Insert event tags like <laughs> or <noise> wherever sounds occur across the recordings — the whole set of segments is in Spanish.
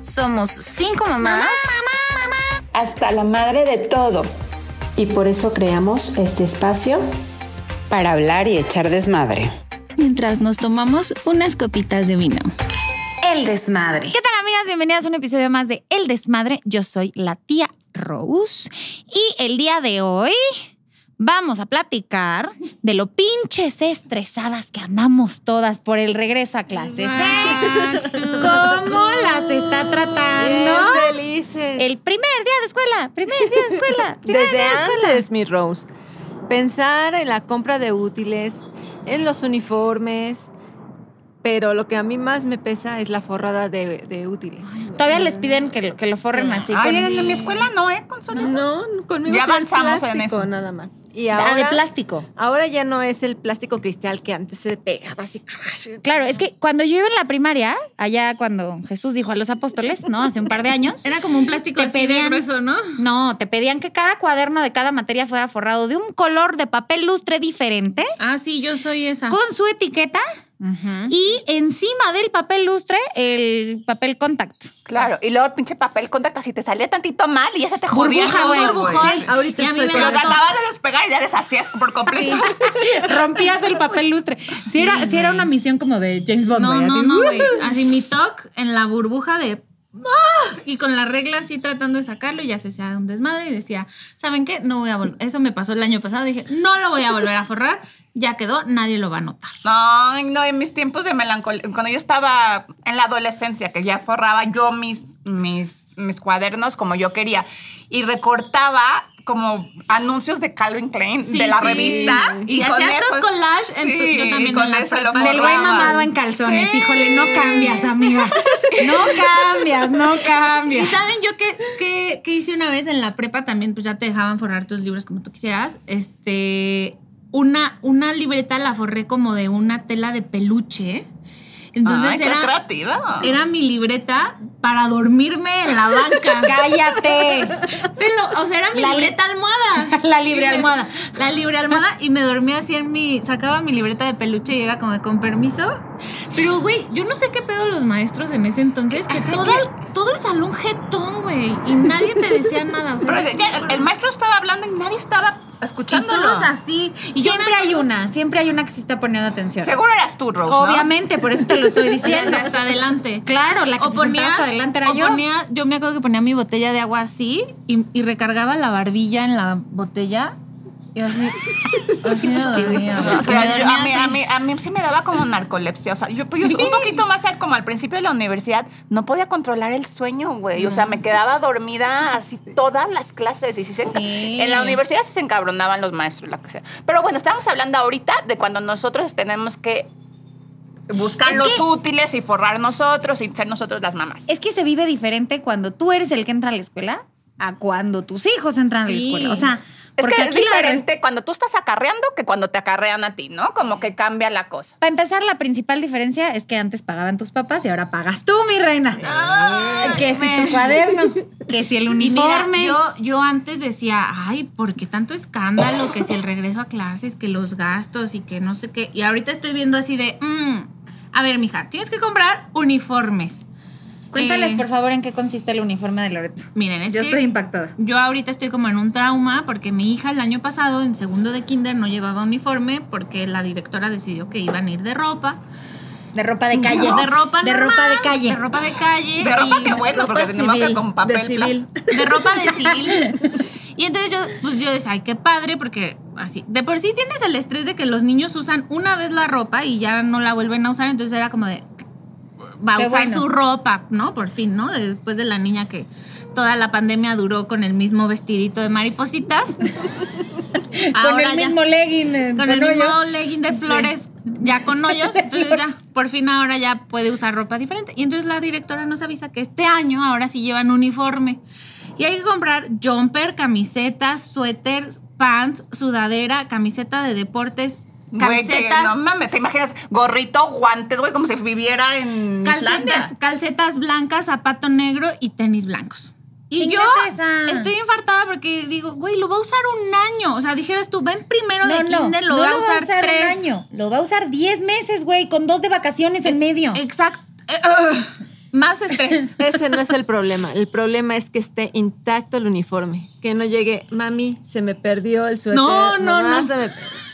Somos cinco mamás. hasta la madre de todo. Y por eso creamos este espacio para hablar y echar desmadre. mientras nos tomamos unas copitas de vino. El desmadre. ¿Qué tal, amigas? Bienvenidas a un episodio más de El Desmadre. Yo soy la tía Rose. Y el día de hoy vamos a platicar de lo pinches estresadas que andamos todas por el regreso a clases. ¿eh? ¿Cómo las está tratando? Bien felices. El primer día de escuela, primer día de <laughs> escuela. primer Desde día de escuela. antes, mi Rose. Pensar en la compra de útiles, en los uniformes, pero lo que a mí más me pesa es la forrada de, de útiles. Todavía les piden que, lo- que lo forren así. con- Ah. Ay, en mi escuela no, ¿eh? Con sonido. No, conmigo Ya es el avanzamos en plástico, eso. nada más. Y Ah, de ahora, plástico. ahora ya no es el plástico cristal que antes se pegaba así. Claro, es que cuando yo iba en la primaria, allá cuando Jesús dijo a los apóstoles, ¿no? Hace un par de años. Era como un plástico Te así de pedían- grueso, ¿no? No, te pedían que cada cuaderno de cada materia fuera forrado de un color de papel lustre diferente, Ah, sí, yo soy esa. con su etiqueta Ujú. y encima del papel lustre el papel contact. <laughs> Claro, y luego el pinche papel contacta, si te salía tantito mal y ya se te jodía Burbuja, todo, güey. güey. Burbujón. ahorita Y a mí estoy me con Lo encantó. tratabas de despegar y ya deshacías por completo. <laughs> Rompías el papel lustre. Si era, sí era una misión como de James Bond. No, güey, no, así, no, ¡uh! <laughs> güey. Así mi toc en la burbuja de. ¡ah! Y con la regla así tratando de sacarlo y ya se hacía un desmadre y decía, ¿saben qué? No voy a volver. Eso me pasó el año pasado. Dije, no lo voy a volver a forrar. Ya quedó, nadie lo va a notar. No, no, en mis tiempos de melancolía, cuando yo estaba en la adolescencia, que ya forraba yo mis, mis, mis cuadernos como yo quería y recortaba como anuncios de Calvin Klein Sí, de la sí. revista. Y hacías tus collages en tu- yo y también con en la eso prepa. lo Del güey forraba. mamado en calzones. Híjole, no cambias, amiga. No cambias, no ¿Y <laughs> cambias. saben yo que, que, que hice una vez en la prepa también? Pues ya te dejaban forrar tus libros como tú quisieras. Este, una, una libreta la forré como de una tela de peluche. Entonces Ay, qué era, creativa. era mi libreta para dormirme en <laughs> la banca. Cállate. Te lo- o sea, era mi La li- libreta almohada. <laughs> La libre almohada. La libre almohada y me dormía así en mi. Sacaba mi libreta de peluche y era como de con permiso. Pero, güey, yo no sé qué pedo los maestros en ese entonces, que todo el, todo el salón jetón, güey. Y nadie te decía nada. O sea, Pero era ya- ya el, el maestro estaba hablando y nadie estaba y escuchándolo. todos así. Y yo Siempre me- hay una, siempre hay una que sí está poniendo atención. Seguro eras tú, Rose, ¿no? Obviamente, por eso te lo estoy O sea, diciendo. de hasta adelante. Claro, la que se sentaba hasta adelante era o yo. ponía- yo me acuerdo que ponía mi botella de agua así y, y recargaba la barbilla en la botella y así, así me <laughs> dormía. güey. Pero Me yo- dormía a, mí, así. a, mí, a mí sí me daba como narcolepsia. O sea, yo, pues, yo un poquito más al- como al principio de la universidad, no podía controlar el sueño, güey. O sea, me quedaba dormida así todas las clases. Y sí se enca- Sí. En la universidad sí se encabronaban los maestros, la que sea. Pero bueno, estábamos hablando ahorita de cuando nosotros tenemos que buscar los útiles y forrar nosotros y ser nosotros las mamás. Es que se vive diferente cuando tú eres el que entra a la escuela a cuando tus hijos entran a la Sí. escuela. O sea, Es porque que es aquí la diferente cuando tú estás acarreando que cuando te acarrean a ti, ¿no? Como que cambia la cosa. Para empezar, la principal diferencia es que antes pagaban tus papás y ahora pagas tú, mi reina. que si me- tu cuaderno, que si el Y mira, uniforme. yo, yo antes decía, ay, ¿por qué tanto escándalo? Que si el regreso a clases, que los gastos y que no sé qué. Y ahorita estoy viendo así de, mm, a ver, mija, tienes que comprar uniformes. Cuéntales, Eh, por favor, en qué consiste el uniforme de Loreto. Miren, es Yo que estoy impactada. yo ahorita estoy como en un trauma porque mi hija el año pasado, en segundo de kinder, no llevaba uniforme porque la directora decidió que iban a ir de ropa. De ropa de calle. De ropa De normal, ropa de calle. De ropa de calle. De ropa y- que bueno, porque tenemos que con papel de civil. de ropa de civil. Y entonces yo, pues yo decía, ay, qué padre, porque así, de por sí tienes el estrés de que los niños usan una vez la ropa y ya no la vuelven a usar, entonces era como de, va a Qué usar bueno. su ropa, ¿no? Por fin, ¿no? Después de la niña que toda la pandemia duró con el mismo vestidito <laughs> de maripositas. con el ya- mismo legging. eh, con el hoyo. mismo legging de flores ya con hoyos, entonces ya por fin ahora ya puede usar ropa diferente. Y entonces la directora nos avisa que este año ahora sí llevan uniforme. Y hay que comprar jumper, camiseta, suéter, pants, sudadera, camiseta de deportes, Güey, que calcetas, no mames, te imaginas gorrito, guantes, güey, como si viviera en calceta- Islandia. calcetas blancas, zapato negro y tenis blancos. Y yo Chíngate esa. estoy infartada porque digo, güey, lo va a usar un año. O sea, dijeras tú, va en primero de kinder, lo, no va a usar tres. Eh, un año. Lo va a usar 10 meses, güey, con dos de vacaciones en medio. Exacto. Eh, ugh. Más estrés. Ese no es el problema. El problema es que esté intacto el uniforme. Que no llegue, mami, se me perdió el suéter. No, no, mamá, no. se me- No, <laughs>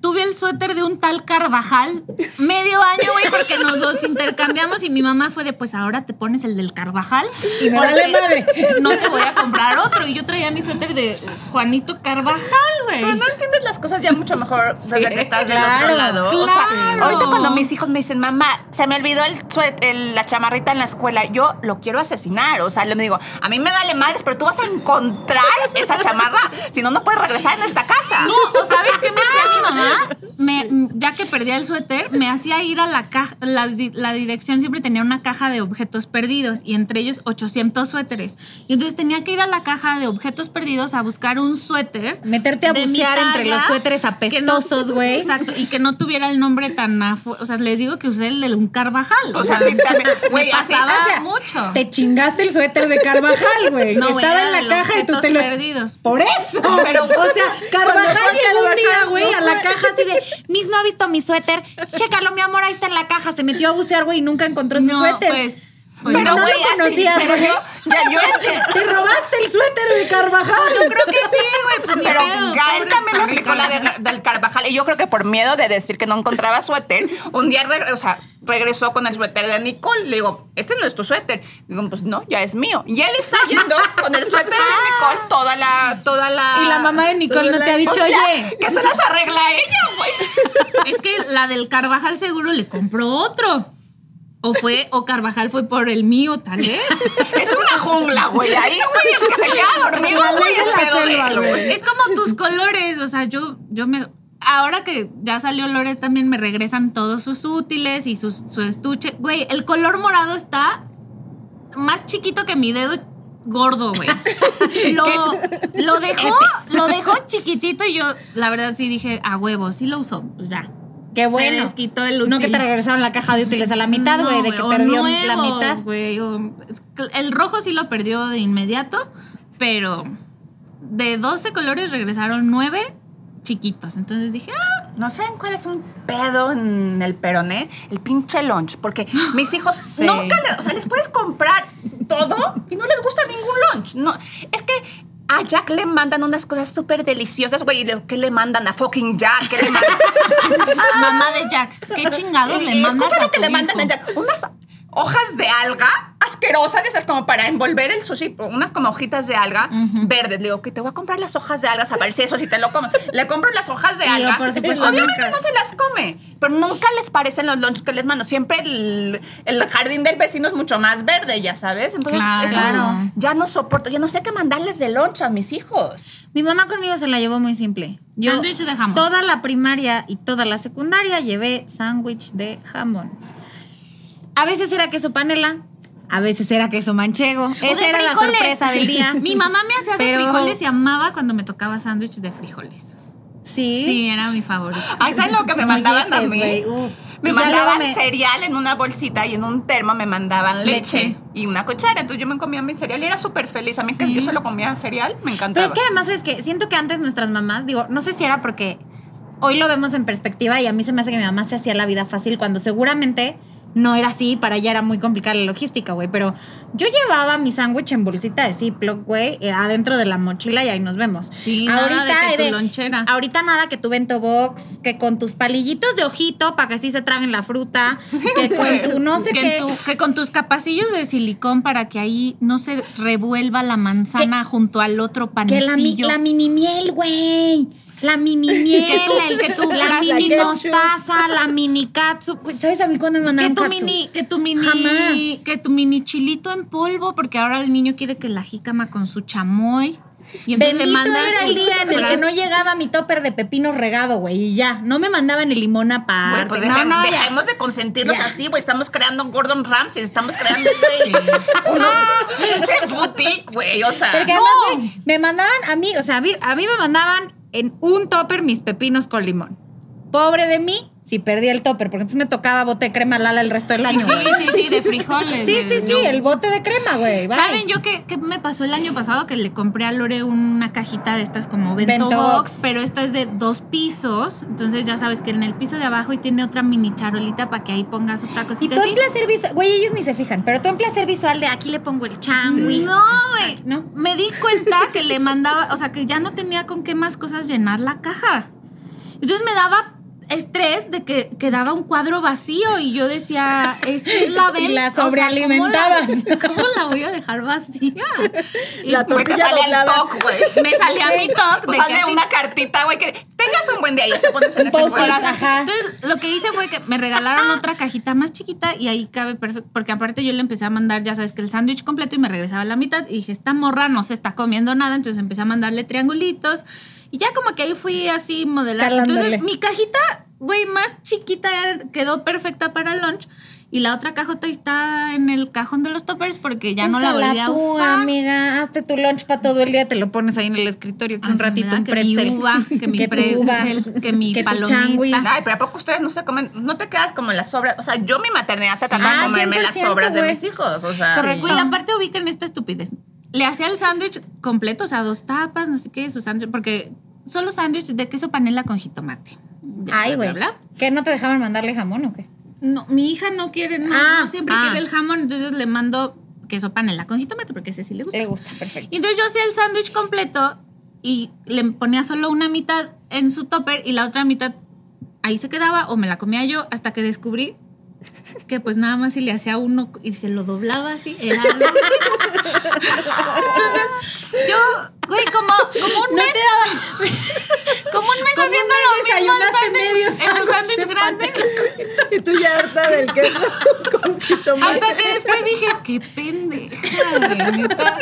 tuve el suéter de un tal Carvajal medio año, güey, porque nos los intercambiamos y mi mamá fue de, pues ahora te pones el del Carvajal y me vale madre. No te voy a comprar otro. Y yo traía mi suéter de Juanito Carvajal, Pero güey. no entiendes las cosas ya mucho mejor desde que estás del otro lado. O sea, claro. ahorita cuando mis hijos me dicen, mamá, se me olvidó el suet- el- la chamarrita en la escuela, yo lo quiero asesinar. O sea, le digo, a mí me vale madres, pero tú vas a encontrar esa chamarra. Si no, no puedes regresar en esta casa. No, o sabes qué me hacía mi mamá, me, ya que perdía el suéter, me hacía ir a la caja, la, di- la dirección siempre tenía una caja de objetos perdidos y entre ellos 800 suéteres. Y entonces tenía que ir a la caja de objetos perdidos a buscar un suéter. Meterte a de mi bucear entre talla los suéteres que no- apestosos, güey. exacto, y que no tuviera el nombre tan afu- O sea, les digo que usé el de un Carvajal. O O sea, <laughs> sea, sí, también. me Güey, así- pasaba o sea, mucho. Te chingaste el suéter de Carvajal, güey. No, güey, Estaba era en de la caja y tú objetos te lo. perdidos. Por eso. Pero- o <laughs> sea, Carvajal llegó un día, güey, a la caja. caja así de, Miss no ha visto mi suéter. Chécalo, mi amor, ahí está en la caja. Se metió a bucear, güey, y nunca encontró su No, suéter. pues, pues Pero no, no güey, lo así- <laughs> conocías, pero güey. yo, <laughs> ya, yo entiendo. Te robaste el suéter de Carvajal. Yo creo que sí, güey. Pues, ni Pero pedo, Gael pobre también San aplicó la Carvajal. de- del Carvajal. Y yo creo que por miedo de decir que no encontraba suéter, un día reg- o sea, regresó con el suéter de Nicole. Le digo, este no es tu suéter. Digo, pues no, ya es mío. Y él está yendo con el suéter de Nicole toda la. Toda la Y la mamá de Nicole no te ha dicho, Pues ya, oye. Que se las arregla ella, güey. Es que la del Carvajal seguro le compró otro. O fue, o Carvajal fue por el mío, tal vez. Es una jungla, güey. Ahí, güey, el que se queda dormido, güey, es pedo de él, güey. Es como tus colores. O sea, yo, yo me. Ahora que ya salió Lore, también me regresan todos sus útiles y sus, su estuche. Güey, el color morado está más chiquito que mi dedo gordo, güey. Lo, lo dejó, lo dejó chiquitito y yo, la verdad, sí dije, a huevo, sí lo usó. Pues ya. Qué Se bueno. les quitó el útil. Mm, No que te regresaron la caja de útiles a la mitad, güey, No, de que o perdió la nuevos, mitad. güey, o- es que el rojo sí lo perdió de inmediato, pero de 12 colores regresaron 9 chiquitos. Entonces dije, <laughs> ah, No saben cuál es un pedo en el peroné, el pinche lunch, porque mis hijos nunca, le- o sea, les puedes comprar todo y no les gusta ningún lunch. No, es que a Jack le mandan unas cosas súper deliciosas, güey, y le- ¿qué le mandan a fucking Jack? ¿Qué le mandan? mamá de Jack, <laughs> qué chingados Y- le y mandas escucha a lo Eh, que tu le mandan hijo? a Jack, unas hojas de alga asquerosas, de esas como para envolver el sushi, unas como hojitas de alga verdes. Le digo, que te voy a comprar las hojas de algas a ver si eso si te lo comes. Le compro las hojas de alga. por supuesto, Obviamente no se las come, pero nunca les parecen los lunch que les mando. Siempre el, el jardín del vecino es mucho más verde, ya sabes. Entonces, Claro. eso Claro. ya no soporto, ya no sé qué mandarles de lunch a mis hijos. Mi mamá conmigo se la llevó muy simple. Yo Sándwich de jamón. toda la primaria y toda la secundaria llevé sándwich de jamón. A veces era queso panela, a veces era queso manchego. O de Esa era la frijoles. sorpresa del día. <laughs> Mi mamá me hacía de Pero- frijoles y amaba cuando me tocaba sándwiches de frijoles. Sí. Ah, ¿Sí? era mi favorito. Ay, ¿saben lo que me mandaban a mí? Molletes, güey, uf. Me Y ya mandaban luego me- cereal en una bolsita y en un termo me mandaban leche, Leche. y una cuchara. Entonces yo me comía mi cereal y era súper feliz. A mí que Sí. yo solo comía cereal, me Pero encantaba. es que además es que siento que antes nuestras mamás, digo, no sé si era porque hoy lo vemos en perspectiva y a mí se me hace que mi mamá se hacía la vida fácil cuando seguramente no era así, para ella era muy complicada la logística, güey, pero yo llevaba mi sándwich en bolsita de Ziploc, güey, eh, adentro de la mochila y ahí nos vemos. Sí, nada de que tu eh, lonchera. Ahorita nada que tu bento box, que con tus palillitos de ojito para que así se traguen la fruta, que con tu no sé <laughs> que, qué. en tu- que con tus capacillos de silicón para que ahí no se revuelva la manzana junto al otro Que la, mi- panecillo. la mini miel, güey. La mini miel, <laughs> Que tú- el- que tú la frasas mini ketchup. mostaza, la mini katsu. Güey, ¿Sabes a mí cuándo me que mandaron tu katsu? mini, que tu mini, Jamás. que tu mini chilito en polvo, porque ahora el niño quiere que la jícama con su chamoy. Y entonces Bendito le mandas era el un día en el que fras- no llegaba mi topper de pepino regado, güey, y ya. No me mandaban el limón aparte. Güey, pues no, deja- no, ya. dejemos de consentirnos Ya. así, güey. Estamos creando un Gordon Ramsay, estamos <laughs> creando, güey, unos un chef boutique, güey. O sea, Porque además, güey, me mandaban a mí, o sea, a mí, a mí me mandaban en un topper mis pepinos con limón. Pobre de mí, si perdí el topper, porque entonces me tocaba bote de crema Lala el resto del Sí, año. sí, sí, sí, de frijoles. Sí, de- sí, sí, no. el bote de crema, güey. bye. ¿Saben yo qué, qué me pasó el año pasado? Que le compré a Lore una cajita de estas como bento, Bento box, box. pero esta es de dos pisos. Entonces ya sabes que en el piso de abajo y tiene otra mini charolita para que ahí pongas otra Y tú cosita en así. placer visual, güey, ellos ni se fijan, pero tú en placer visual de aquí le pongo el changuis. No, güey. ¿No? Me di cuenta que le mandaba, o sea, que ya no tenía con qué más cosas llenar la caja. Entonces me daba estrés de que quedaba un cuadro vacío y yo decía, es que es la <laughs> Y venta. la o sea, ¿cómo la- sobrealimentabas. ¿cómo, la voy a <laughs> dejar vacía? Y La Güey, te Tortilla sale el doblada. toc, güey. me salía <laughs> mi toque Pues de que sale así, una cartita, güey, que tengas un buen día y se pones en Un ese post-it. lugar. corazón. Ajá. Entonces, lo que hice fue que me regalaron otra cajita más chiquita y ahí cabe perfecto. Porque aparte yo le empecé a mandar, ya sabes, que el sándwich completo y me regresaba la mitad. Y dije, esta morra no se está comiendo nada. Entonces empecé a mandarle triangulitos. Y ya como que ahí fui así modelando. Calándole. Entonces, mi cajita, güey, más chiquita era- quedó perfecta para lunch. Y la otra cajota está en el cajón de los toppers porque ya no la Úsala volví a tú, usar. amiga, hazte tu lunch para todo el día, te lo pones ahí en el escritorio que Ah, un se me ratito da un que mi pretzel. uva, que <laughs> mi Que tu uva, pretzel, que mi que tu changuis. palomita. Ay, pero ¿a poco ustedes no se comen? ¿No te quedas como en las sobras? O sea, yo mi maternidad se trataba Ah, de comerme las 100%, sobras de güey. mis hijos. O sea, Correcto. Güey, aparte ubiquen esta estupidez. Le hacía el sándwich completo, o sea, dos tapas, no sé qué, su sándwich, porque solo sándwich de queso panela con jitomate. Ya, Ay, bla, güey. bla, bla. ¿Qué no te dejaban mandarle jamón o qué? No, mi hija no quiere, no, Ah, no siempre ah. quiere el jamón, entonces le mando queso panela con jitomate, porque ese sí le gusta. Le gusta, perfecto. Y entonces yo hacía el sándwich completo y le ponía solo una mitad en su topper y la otra mitad ahí se quedaba o me la comía yo hasta que descubrí que pues nada más si le hacía uno y se lo doblaba así, era lo mismo. Entonces, yo, güey, como, como un mes. <laughs> Como un mes Como un haciendo mes lo mismo al desayunaste medio sándwich, en un sándwich sándwich de grande. <laughs> Y tú ya harta del queso <laughs> con jitomate. Hasta que después dije, qué pendeja, güey, neta.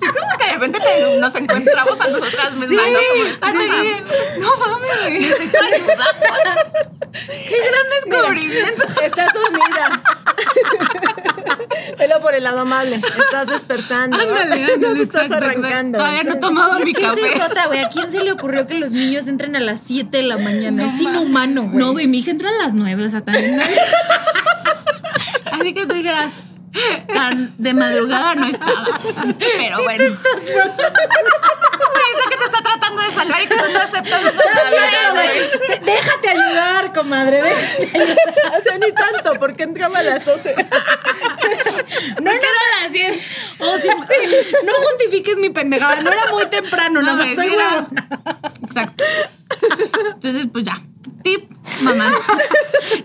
sí, como que de repente te- nos encontramos a nosotras mismas. ¿no? Como, Hasta que dije, no mames, necesito ayuda. Qué gran descubrimiento. Estás <laughs> dormida. Velo por el lado amable. Estás despertando. Ándale, ándale, <laughs> Nos estás exacto, exacto. arrancando. Todavía no tomaba mi ¿Qué es café. otra, güey? ¿A quién se le ocurrió que los niños entren a las 7 de la mañana? es inhumano, güey. <laughs> No, güey, mi hija entró a las nueve, o sea, también. <laughs> Así que tú dijeras, tan de madrugada no estaba. Pero bueno. <laughs> Piensa que te está tratando de salvar y que tú no aceptas esa Pero, realidad, güey. güey, Déjate ayudar, comadre. Déjate ayudar. O sea, ni tanto, porque entraba a las 12. No, era las diez. O <laughs> sea, Oh, sí, no justifiques mi pendejada. No era muy temprano, No, nada más güey, soy sí era- huevona. Exacto. Entonces, pues ya. Tip, mamá.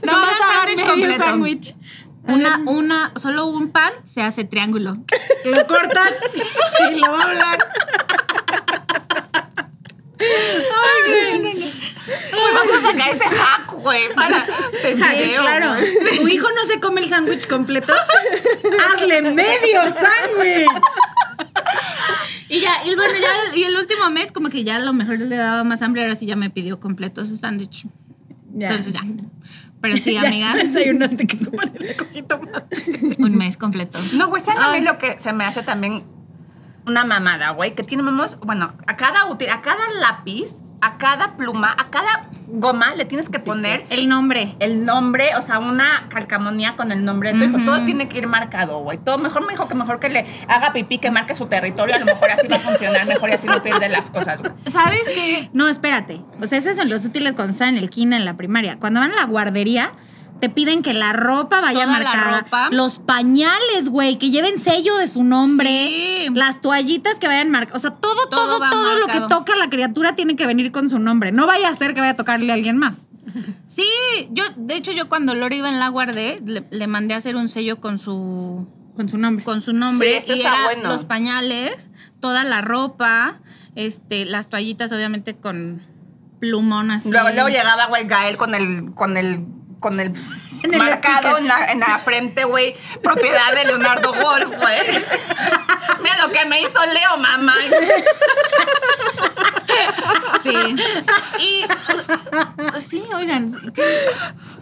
No Nada más hagan hagan medio sándwich completo. sándwich. Eh. Una, una, solo un pan se hace triángulo. Lo cortan y lo va a hablar. Güey, Vamos a sacar ese hack, ¡Ah, güey, para <laughs> te video, güey. Tu hijo no se come el sándwich completo. Hazle medio sándwich. Y ya, y bueno, ya, y el último mes, como que ya a lo mejor le daba más hambre, ahora sí ya me pidió completo su sándwich. Entonces ya. <laughs> Pero sí, amigas, Desayunaste queso panela con jitomate. un mes completo. No, güey, ¿saben a mí lo que se me hace también una mamada, güey? Que tiene tenemos, bueno, a cada útil, a cada lápiz, a cada pluma, a cada goma le tienes que poner El nombre. el nombre, o sea, una calcamonía con el nombre de tu hijo. Ujú. Todo tiene que ir marcado, güey. Todo mejor me dijo que mejor que le haga pipí, que marque su territorio, a lo mejor así va a funcionar mejor y así no pierde las cosas, güey. ¿Sabes qué? No, espérate. O sea, eso es en los útiles cuando están en el kinder, en la primaria. Cuando van a la guardería, te piden que la ropa vaya Toda la marcada. ropa. Los pañales, güey, que lleven sello de su nombre. Sí. Las toallitas que vayan marcadas. O sea, todo, Todo todo, todo, va lo que marcado. toca la criatura tiene que venir con su nombre. No vaya a ser que vaya a tocarle a alguien más. Sí, yo, de hecho, yo cuando Lore iba en la guardé, le, le mandé a hacer un sello con su Con su nombre. con su nombre Sí, eso y está era bueno. los pañales, toda la ropa, este, las toallitas, obviamente con plumón así. Luego, luego llegaba, güey, Gael con el, con el, con el En el marcado sticker. <laughs> en la, en la frente, güey, propiedad de Leonardo Wolf, <laughs> güey. Mira lo que me hizo Leo, mamá. Sí. Y uh, sí, oigan, que-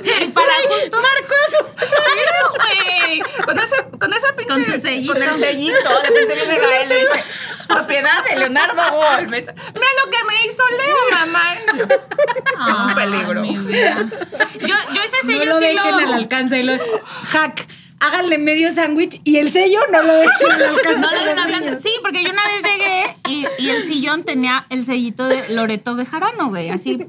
y para justo Marcos. güey. Con esa, con esa pinche. Con su sellito. Con el sellito. De repente viene Gael y dice: Propiedad de Leonardo Wolmes. Mira lo que me hizo Leo, mamá. un peligro. Yo, yo ese No sello lo sí dejen lo. al alcance. y lo- Hack, háganle medio sándwich y el sello no lo dejen <laughs> al alcance. No le de den los alcance. niños. Sí, porque yo una vez llegué y, y el sillón tenía el sellito de Loreto Bejarano, güey. <laughs> Así.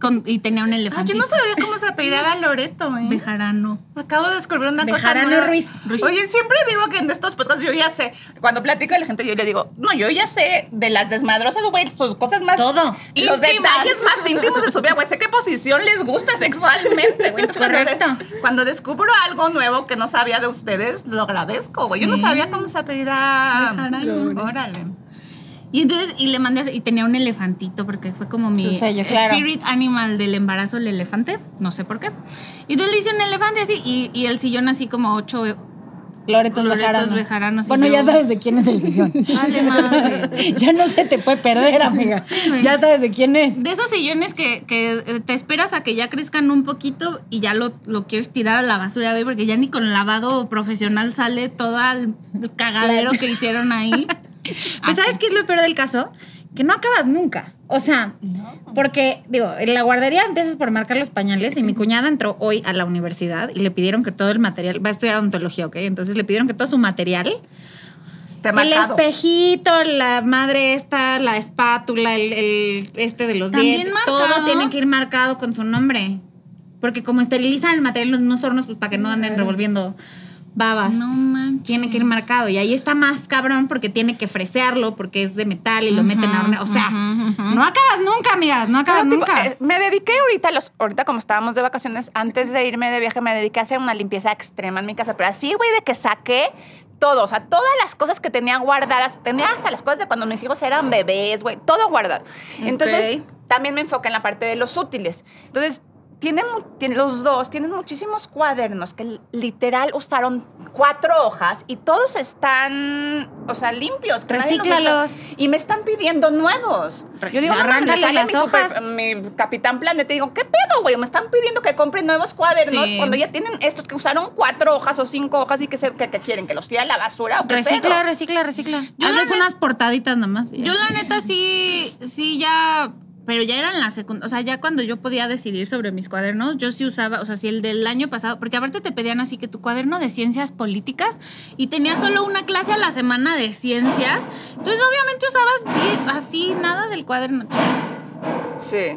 con- y tenía un Ah, elefante. yo no sabía cómo se apellidaba Loreto, ¿eh? Bejarano. Acabo de descubrir una Bejarano cosa nueva. Ruiz. Oye, siempre digo que en estos podcasts yo ya sé. Cuando platico a la gente, yo le digo, no, yo ya sé de las desmadrosas, güey, sus cosas más. Todo. Los Íntimas. detalles más íntimos de su vida, güey. Sé qué posición les gusta sexualmente, güey. Entonces, cuando de- Cuando, Correcto. descubro algo nuevo que no sabía de ustedes, lo agradezco, güey. Yo no Sí. sabía cómo se apellidaba. Ah, Bejarano. Órale. Y entonces, y le mandé, así- y tenía un elefantito, porque fue como mi sello, claro. spirit animal del embarazo, el elefante, no sé por qué. Y entonces le hice un elefante así, y, y el sillón así como ocho Loretos, Loretos Bejarano. Bejarano, sí, Bueno, yo- ya sabes de quién es el sillón. Vale, madre. <laughs> ya no se te puede perder, amiga. güey. ya sabes de quién es. De esos sillones que, que, eh, te esperas a que ya crezcan un poquito y ya lo, lo quieres tirar a la basura, güey, porque ya ni con lavado profesional sale todo el cagadero que hicieron ahí. <laughs> Pues, Así. ¿sabes qué es lo peor del caso? Que no acabas nunca. O sea, porque, digo, en la guardería empiezas por marcar los pañales y mi cuñada entró hoy a la universidad y le pidieron que todo el material, va a estudiar odontología, ¿ok? Entonces le pidieron que todo su material, Te el marcado. espejito, la madre esta, la espátula, el, el este de los También dientes, todo marcado. tiene que ir marcado con su nombre. Porque como esterilizan el material en los mismos hornos, pues para que no anden revolviendo babas. No manches. Tiene que ir marcado. Y ahí está más cabrón porque tiene que fresearlo, porque es de metal y lo meten a hornear. O sea, no acabas nunca, amigas. No acabas Pero, tipo, nunca. eh, me dediqué ahorita, a los, ahorita como estábamos de vacaciones, antes de irme de viaje, me dediqué a hacer una limpieza extrema en mi casa. Pero así, güey, de que saqué todo, o sea, todas las cosas que tenía guardadas, tenía hasta las cosas de cuando mis hijos eran bebés, güey, todo guardado. Entonces, también me enfoqué en la parte de los útiles. Entonces, tienen, mu- tien- los dos tienen muchísimos cuadernos que li- literal usaron cuatro hojas y todos están, o sea, limpios. que nadie los usó. Recíclalos. Y me están pidiendo nuevos. Pues Yo digo, no mames, Arráncale sale mi, las super- hojas. mi Capitán Planeta. Y digo, ¿qué pedo, güey? Me están pidiendo que compre nuevos cuadernos Sí. cuando ya tienen estos que usaron cuatro hojas o cinco hojas y que, se, que, que quieren que los tire a la basura o qué Recicla, pedo. recicla, recicla. Yo Yo Hazles la ne- unas portaditas nomás. y ya. Yo la neta sí, sí ya, pero ya era en la secundaria, o sea, ya cuando yo podía decidir sobre mis cuadernos, yo sí usaba, o sea, sí el del año pasado, porque aparte te pedían así que tu cuaderno de ciencias políticas y tenía solo una clase a la semana de ciencias, entonces obviamente usabas die- así nada del cuaderno. Sí.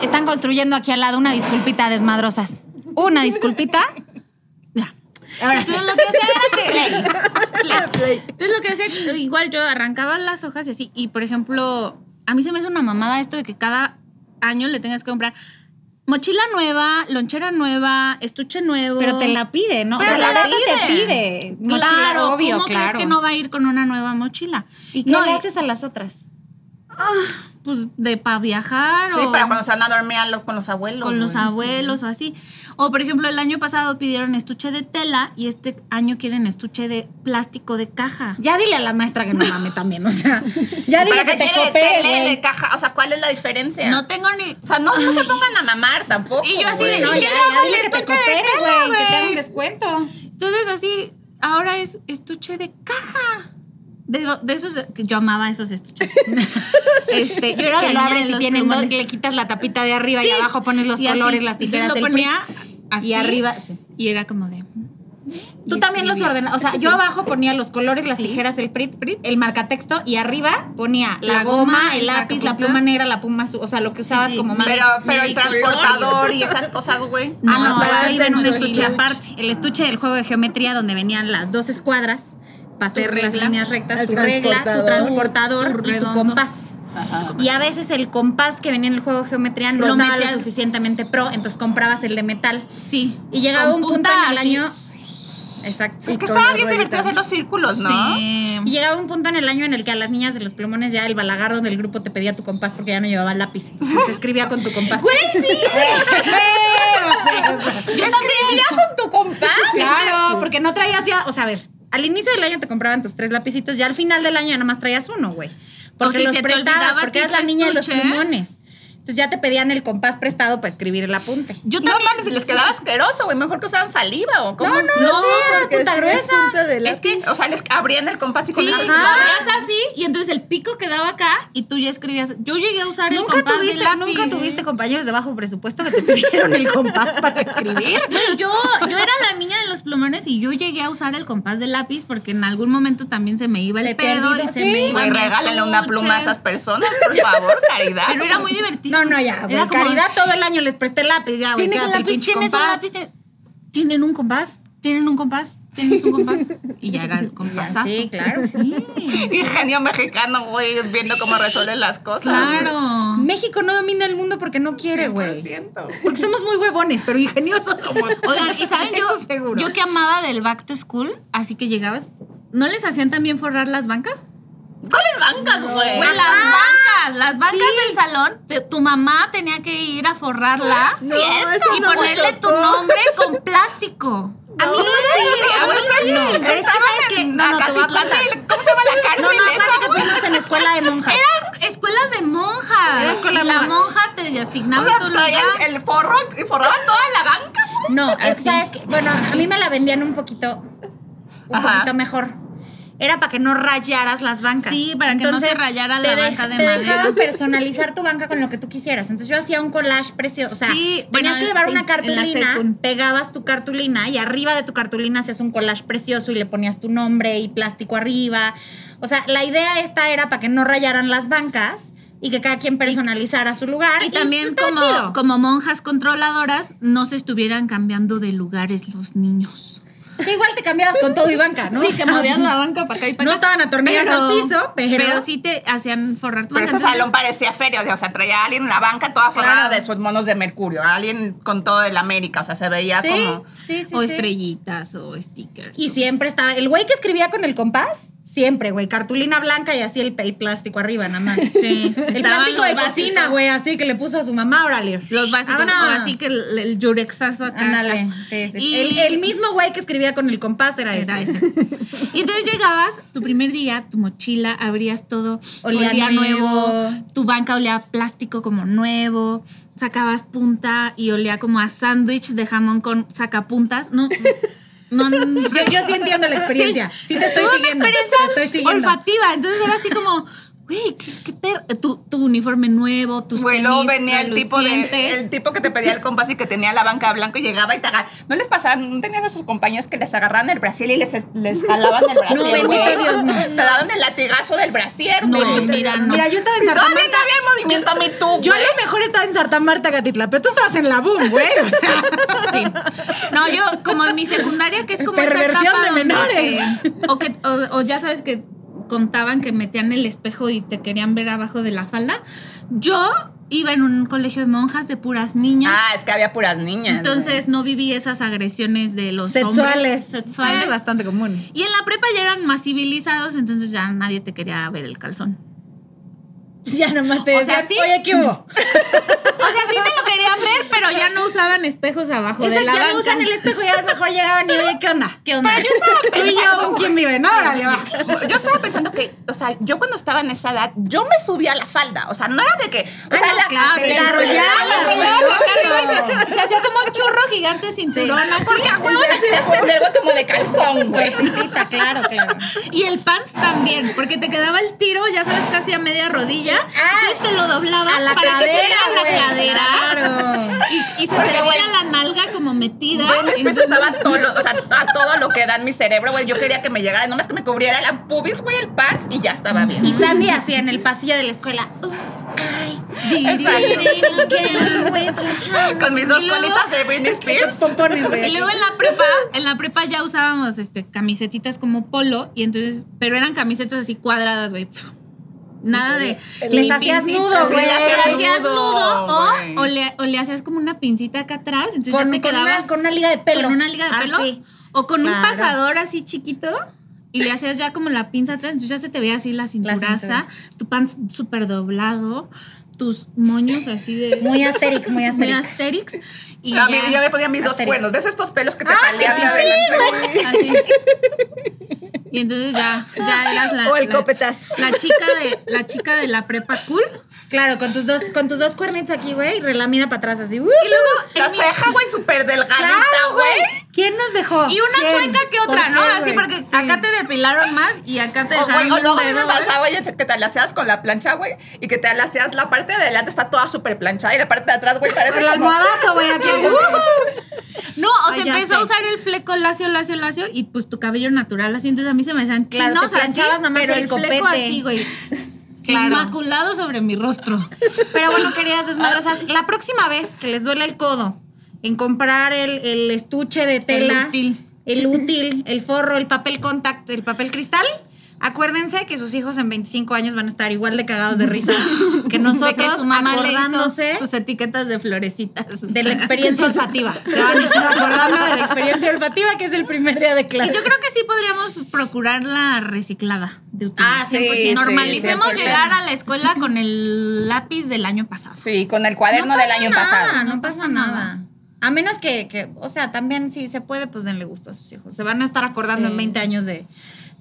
Están construyendo aquí al lado una disculpita desmadrosas. Una disculpita. <laughs> Ya. Ahora sí. Ah, Entonces lo que <laughs> hacía era que... Play. Entonces lo que hacía, igual yo arrancaba las hojas y así, y por ejemplo, a mí se me hace una mamada esto de que cada año le tengas que comprar mochila nueva, lonchera nueva, estuche nuevo. Pero te la pide, ¿no? Pero o sea, te la la neta te pide. Mochila, claro, obvio, ¿cómo claro. crees que no va a ir con una nueva mochila? ¿Y qué No, le y- haces a las otras? Pues de para viajar Sí, o para cuando se van a dormir a lo- con los abuelos. con los güey. abuelos o así. O por ejemplo, el año pasado pidieron estuche de tela y este año quieren estuche de plástico de caja. Ya dile a la maestra que no mame también, o sea. Ya dile ¿Para que qué te quiere copee, tele güey. de caja? O sea, ¿cuál es la diferencia? No tengo ni o sea, no, no se pongan a mamar tampoco. Y yo así de, güey. no, Ya, ¿Y qué le hago ya al dile que te estuche de coopere, tela, güey, que te güey? haga un descuento. Entonces así, ahora es estuche de caja. De, do- de esos, que yo amaba <laughs> esos estuches. este, yo era que la lo niña de abres y los tienen dos, plumones. le quitas la tapita de arriba y Sí. abajo pones los Y así. colores, las Entonces tijeras, lo el ponía pri- así y arriba. sí. Y era como de... Tú y también los escribía. ordenas. O sea, yo abajo ponía los colores, las Sí. tijeras, el prit, prit, el marcatexto y arriba ponía la, La goma, goma, el el lápiz, la sacapuntas. pluma negra, la pluma azul. O sea, lo que usabas sí. como más. Pero, pero Y el color. transportador y esas cosas, güey. Ah, no, No, pero ahí ahí iba en no un soy estuche yo. aparte. El estuche del juego de geometría donde venían las dos escuadras para hacer las regla. líneas rectas, El tu regla, tu transportador. transportador Tu y tu redondo. compás. Y a veces el compás que venía en el juego de geometría no Lo estaba lo metías- suficientemente pro, entonces comprabas el de metal. Sí. Y llegaba Con un punto punta en el así. año... Exacto. Es que con estaba la bien divertido ruedita. hacer los círculos, ¿no? Sí. Y llegaba un punto en el año en el que a las niñas de los plumones ya el balagardo del grupo te pedía tu compás porque ya no llevaba lápiz. Se escribía con tu compás. ¡Güey, sí! Yo escribiría con tu compás. Claro, porque no traías ya, o sea, a ver, al inicio del año te compraban tus tres lapicitos, ya al final del año ya nada más traías uno, güey. Porque O si los se te prestabas, olvidaba a porque ti eras la tu niña de los estuche. plumones. Entonces ya te pedían el compás prestado para escribir el apunte. Yo No también. mames, si les quedaba asqueroso, güey. Mejor que usaran saliva o cómo. no, sí, era porque punta sí es gruesa. punta de Es que, o sea, les abrían el compás y con Sí, eso- lo abrías así y entonces el pico quedaba acá y tú ya escribías. Yo llegué a usar el ¿Nunca compás de tuviste, lápiz. nunca tuviste compañeros de bajo presupuesto que te <laughs> pidieron el compás para escribir. Yo, yo era la niña de los plumones y yo llegué a usar el compás de lápiz porque en algún momento también se me iba el Se te pedo y olvidó. Sí. se me iba Güey, mi regálenle una estuche. pluma a esas personas, <laughs> por favor, caridad. Pero era muy divertido. No, no, ya. güey, Era como, "Ah, caridad todo el año les presté lápiz, ya, güey. Tienes el quédate el lápiz, pinche tienes compás. el lápiz. tiene- Tienen un compás, tienen un compás, tienes un compás. Y ya <laughs> era el compasazo. Sí, claro. Ingenio mexicano, güey, viendo cómo resuelven las cosas. Claro. México no domina el mundo porque no quiere, güey. Porque somos muy huevones, pero ingeniosos somos. Oigan, ¿y <laughs> saben Eso yo, seguro. yo que amaba del back to school? Así que llegabas. ¿No les hacían también forrar las bancas? ¿Cuáles bancas, Eh, güey? Güey, las bancas, las bancas del salón, te- tu mamá tenía que ir <gasps> a forrarla No, eso y no me ponerle tu tocó. nombre con plástico. <laughs> A mí sí, a mí sí. No, pero es que sabes que no, no, te voy a Acatitlán contar. de- ¿Cómo se llama <laughs> la No, cárcel no, aparte esa? que fuimos en escuela de monjas. Eran escuelas de monjas. Era escuela y de la monjas. monja te asignaba O sea, tu traían lugar. el forro y forraban toda la banca. No, es que sabes que, bueno, a mí me la vendían un poquito, un Ajá. poquito mejor. Era para que no rayaras las bancas. Sí, para que no se rayara te la dej- banca de te madera. dejaban personalizar tu banca con lo que tú quisieras. Entonces yo hacía un collage precioso. O sea, Sí, tenías bueno, que llevar sí, una en la cartulina, secu. pegabas tu cartulina y arriba de tu cartulina hacías un collage precioso y le ponías tu nombre y plástico arriba. O sea, la idea esta era para que no rayaran las bancas y que cada quien personalizara su lugar. Y también estaba como, chido. como monjas controladoras no se estuvieran cambiando de lugares los niños. Que igual te cambiabas con todo y banca, ¿no? Sí, O que sea, <laughs> movían la banca para acá y para No acá. estaban atornilladas al piso, pero- sí te hacían forrar tu banca. Pero ese Entonces, salón parecía feria, o sea, traía a alguien en la banca toda forrada de sus monos de mercurio, a alguien con todo el América, o sea, se veía Sí, como... sí, sí. o sí. estrellitas o stickers. Y siempre estaba. El güey que escribía con el compás, siempre, güey. Cartulina blanca y así el, el plástico arriba, nada más. Sí, El estaban plástico los de básicos. cocina, güey, así que le puso a su mamá, órale. Ah, Los básicos, Vámonos. o así que el, el yurexazo acá. Ándale. acá. Sí, sí. Y- El, el mismo güey que escribía con el compás era, Era ese. ese. Y entonces llegabas, tu primer día, tu mochila, abrías todo, olía, Olía nuevo. nuevo. tu banca olía a plástico como nuevo, sacabas punta y olía como a sándwich de jamón con sacapuntas. No, no, no Yo, yo sí entiendo la experiencia. <laughs> Sí, te estoy tuve una siguiendo. experiencia te estoy siguiendo. olfativa. Entonces era así como, güey, qué, qué per- Tu, tu uniforme nuevo, tus Güey, tenis luego venía el tipo, de, relucientes. el tipo que te pedía el compás y que tenía la banca blanca y llegaba y te agarraba. ¿No les pasaban, no tenían a sus compañeros que les agarraban el brasier y les, les jalaban <laughs> el brasier, güey? bendito Dios, no. Te daban el latigazo del brasier, No, güey. mira, no. Mira, yo estaba en Todavía Santa no Marta. había el movimiento Me Too, Yo a güey. lo mejor estaba en Santa Marta, Gatitla, pero tú estabas en la boom, <laughs> güey. O sea, Sí. No, yo como en mi secundaria, que es como Perversión esa etapa de donde menores. te- o, que, o, o ya sabes que contaban que metían el espejo y te querían ver abajo de la falda. Yo iba en un colegio de monjas de puras niñas. Ah, es que había puras niñas. Entonces no viví esas agresiones de los hombres Sexuales. sexuales. Eh, bastante comunes. Y en la prepa ya eran más civilizados, entonces ya nadie te quería ver el calzón. Ya nomás te O sea, decían, sí. Oye, ¿qué hubo? O sea, sí te lo querían ver, pero ya no usaban espejos abajo de la ya banca. no usan el espejo, ya mejor llegaban y oye, ¿qué onda? ¿Qué onda? Pero <laughs> Pero yo estaba ¿Quién vive? No, órale, va. Yo estaba pensando que, o sea, yo cuando estaba en esa edad, yo me subía a la falda. O sea, no era de que. O sea, la, Ah, claro, te sí, la enrollabas, enrollabas, güey. güey. Se, se hacía como un churro gigante cinturón así. Porque a huevo le tienes dedo como de calzón, güey. Cortita, claro, claro. Y el pants también, porque te quedaba el tiro, ya sabes, casi a media rodilla. entonces te lo doblabas Ah, A la para que se cadera, viera güey, la cadera. claro. Y, y se te viera la nalga como metida. Güey, después estaba todo, lo- o sea, a todo lo que da en mi cerebro, güey. Yo quería que me llegara, nomás que me cubriera la pubis, güey, el pants y ya estaba bien. <laughs> Y Sandy así en el pasillo de la escuela. Oops, ay. Exacto. Con mis dos Y luego- colitas de Britney Spears. Pompones, Y güey. luego en la prepa, en la prepa ya usábamos este camisetitas como polo y entonces, pero eran camisetas así cuadradas, güey. Pf, Nada de Les hacías pincita. nudo, güey. Le hacías, Le hacías nudo, nudo, o, güey. o le, o le hacías como una pincita acá atrás, entonces ya Con, te con quedaba una, con una liga de pelo. Ah, con una liga de pelo Así. o con un Claro. pasador así chiquito y le hacías ya como la pinza atrás, entonces ya se te veía así la cinturaza, cintura. tu pan súper doblado, tus moños así de Muy asteric, muy muy asteric. asterix y A mí, ya. Ah, yo me ponía mis dos Asterix. cuernos. ¿Ves estos pelos que te salían de Así. Y entonces ya, ya eras la. O el la- copetazo. La chica de, la chica de la prepa cool. Claro, con tus dos, con tus dos cuernitos aquí, güey, y relamina para atrás así. ¡uh! Y luego. La en mi- ceja, güey, súper delgadita, Claro, güey. ¿Quién nos dejó? y una ¿Quién? chueca que ¿Por otra, ¿no? qué, Así güey? porque Sí. acá te depilaron más y acá te O, güey, dejaron o un luego a mí me dedo, güey. pasaba, oye, que te alaceas con la plancha, güey, y que te alaceas la parte de adelante está toda súper planchada y la parte de atrás, güey, parece El como... almohadazo, güey, aquí. No, o Ay, sea, ya sé. empezó a usar el fleco lacio, lacio, lacio y pues tu cabello natural así. Entonces a mí se me hacían Claro, chinos te así, planchabas nada más pero el el, fleco copete. así, güey. <laughs> Claro. Inmaculado sobre mi rostro. Pero bueno, queridas desmadrosas, la próxima vez que les duele el codo en comprar el, el estuche de tela, útil. el útil, el forro, el papel contact, el papel cristal, acuérdense que sus hijos en 25 años van a estar igual de cagados de <laughs> risa que nosotros de que su mamá le hizo acordándose sus etiquetas de florecitas. de la <laughs> experiencia olfativa. Se van a estar acordando de la experiencia olfativa que es el primer día de Y clase. yo creo que sí podríamos procurar la reciclada de útil. Ah, sí, sí, Normalicemos 100%. llegar a la escuela con el lápiz del año pasado. Sí, con el cuaderno del año pasado. no pasa nada. A menos que, que, o sea, también si se puede, pues denle gusto a sus hijos. Se van a estar acordando en 20 años de,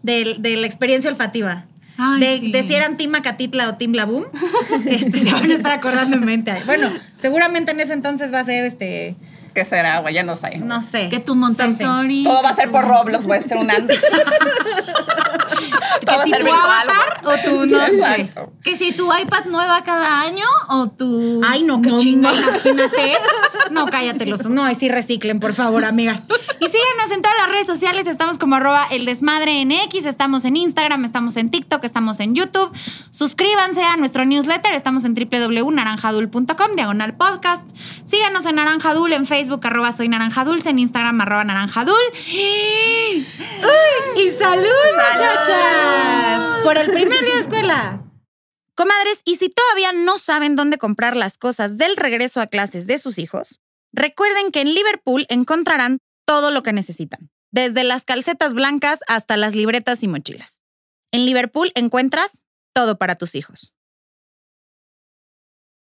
del- de la experiencia olfativa. Ay, de, sí. de si eran Tim Acatitla o Tim Laboom, <laughs> este, se van a estar acordando en 20 años. Bueno, seguramente en ese entonces va a ser, este, ¿Qué será, güey? Ya no sé. no sé. Que tu something. Montessori. Todo va a que ser tu- por Roblox, voy a ser un ando. <laughs> Todo va a si ser tu virtual, avatar güey. o tu, no sé. Exacto. Que si tu iPad nueva cada año o tu. Ay, no, qué chinga, imagínate. No, cállate los. No, y sí reciclen, por favor, amigas. Y síganos en todas las redes sociales. Estamos como arroba el desmadre en X, estamos en Instagram, estamos en TikTok, estamos en YouTube. Suscríbanse a nuestro newsletter. Estamos en www.naranjadul.com, diagonal podcast. Síganos en Naranjadul, en Facebook, arroba soy naranjadulce, en Instagram, arroba naranjadul. ¡Uy! ¡Y salud, muchachas! Por el primer día de escuela. Comadres, y si todavía no saben dónde comprar las cosas del regreso a clases de sus hijos, recuerden que en Liverpool encontrarán todo lo que necesitan, desde las calcetas blancas hasta las libretas y mochilas. En Liverpool encuentras todo para tus hijos.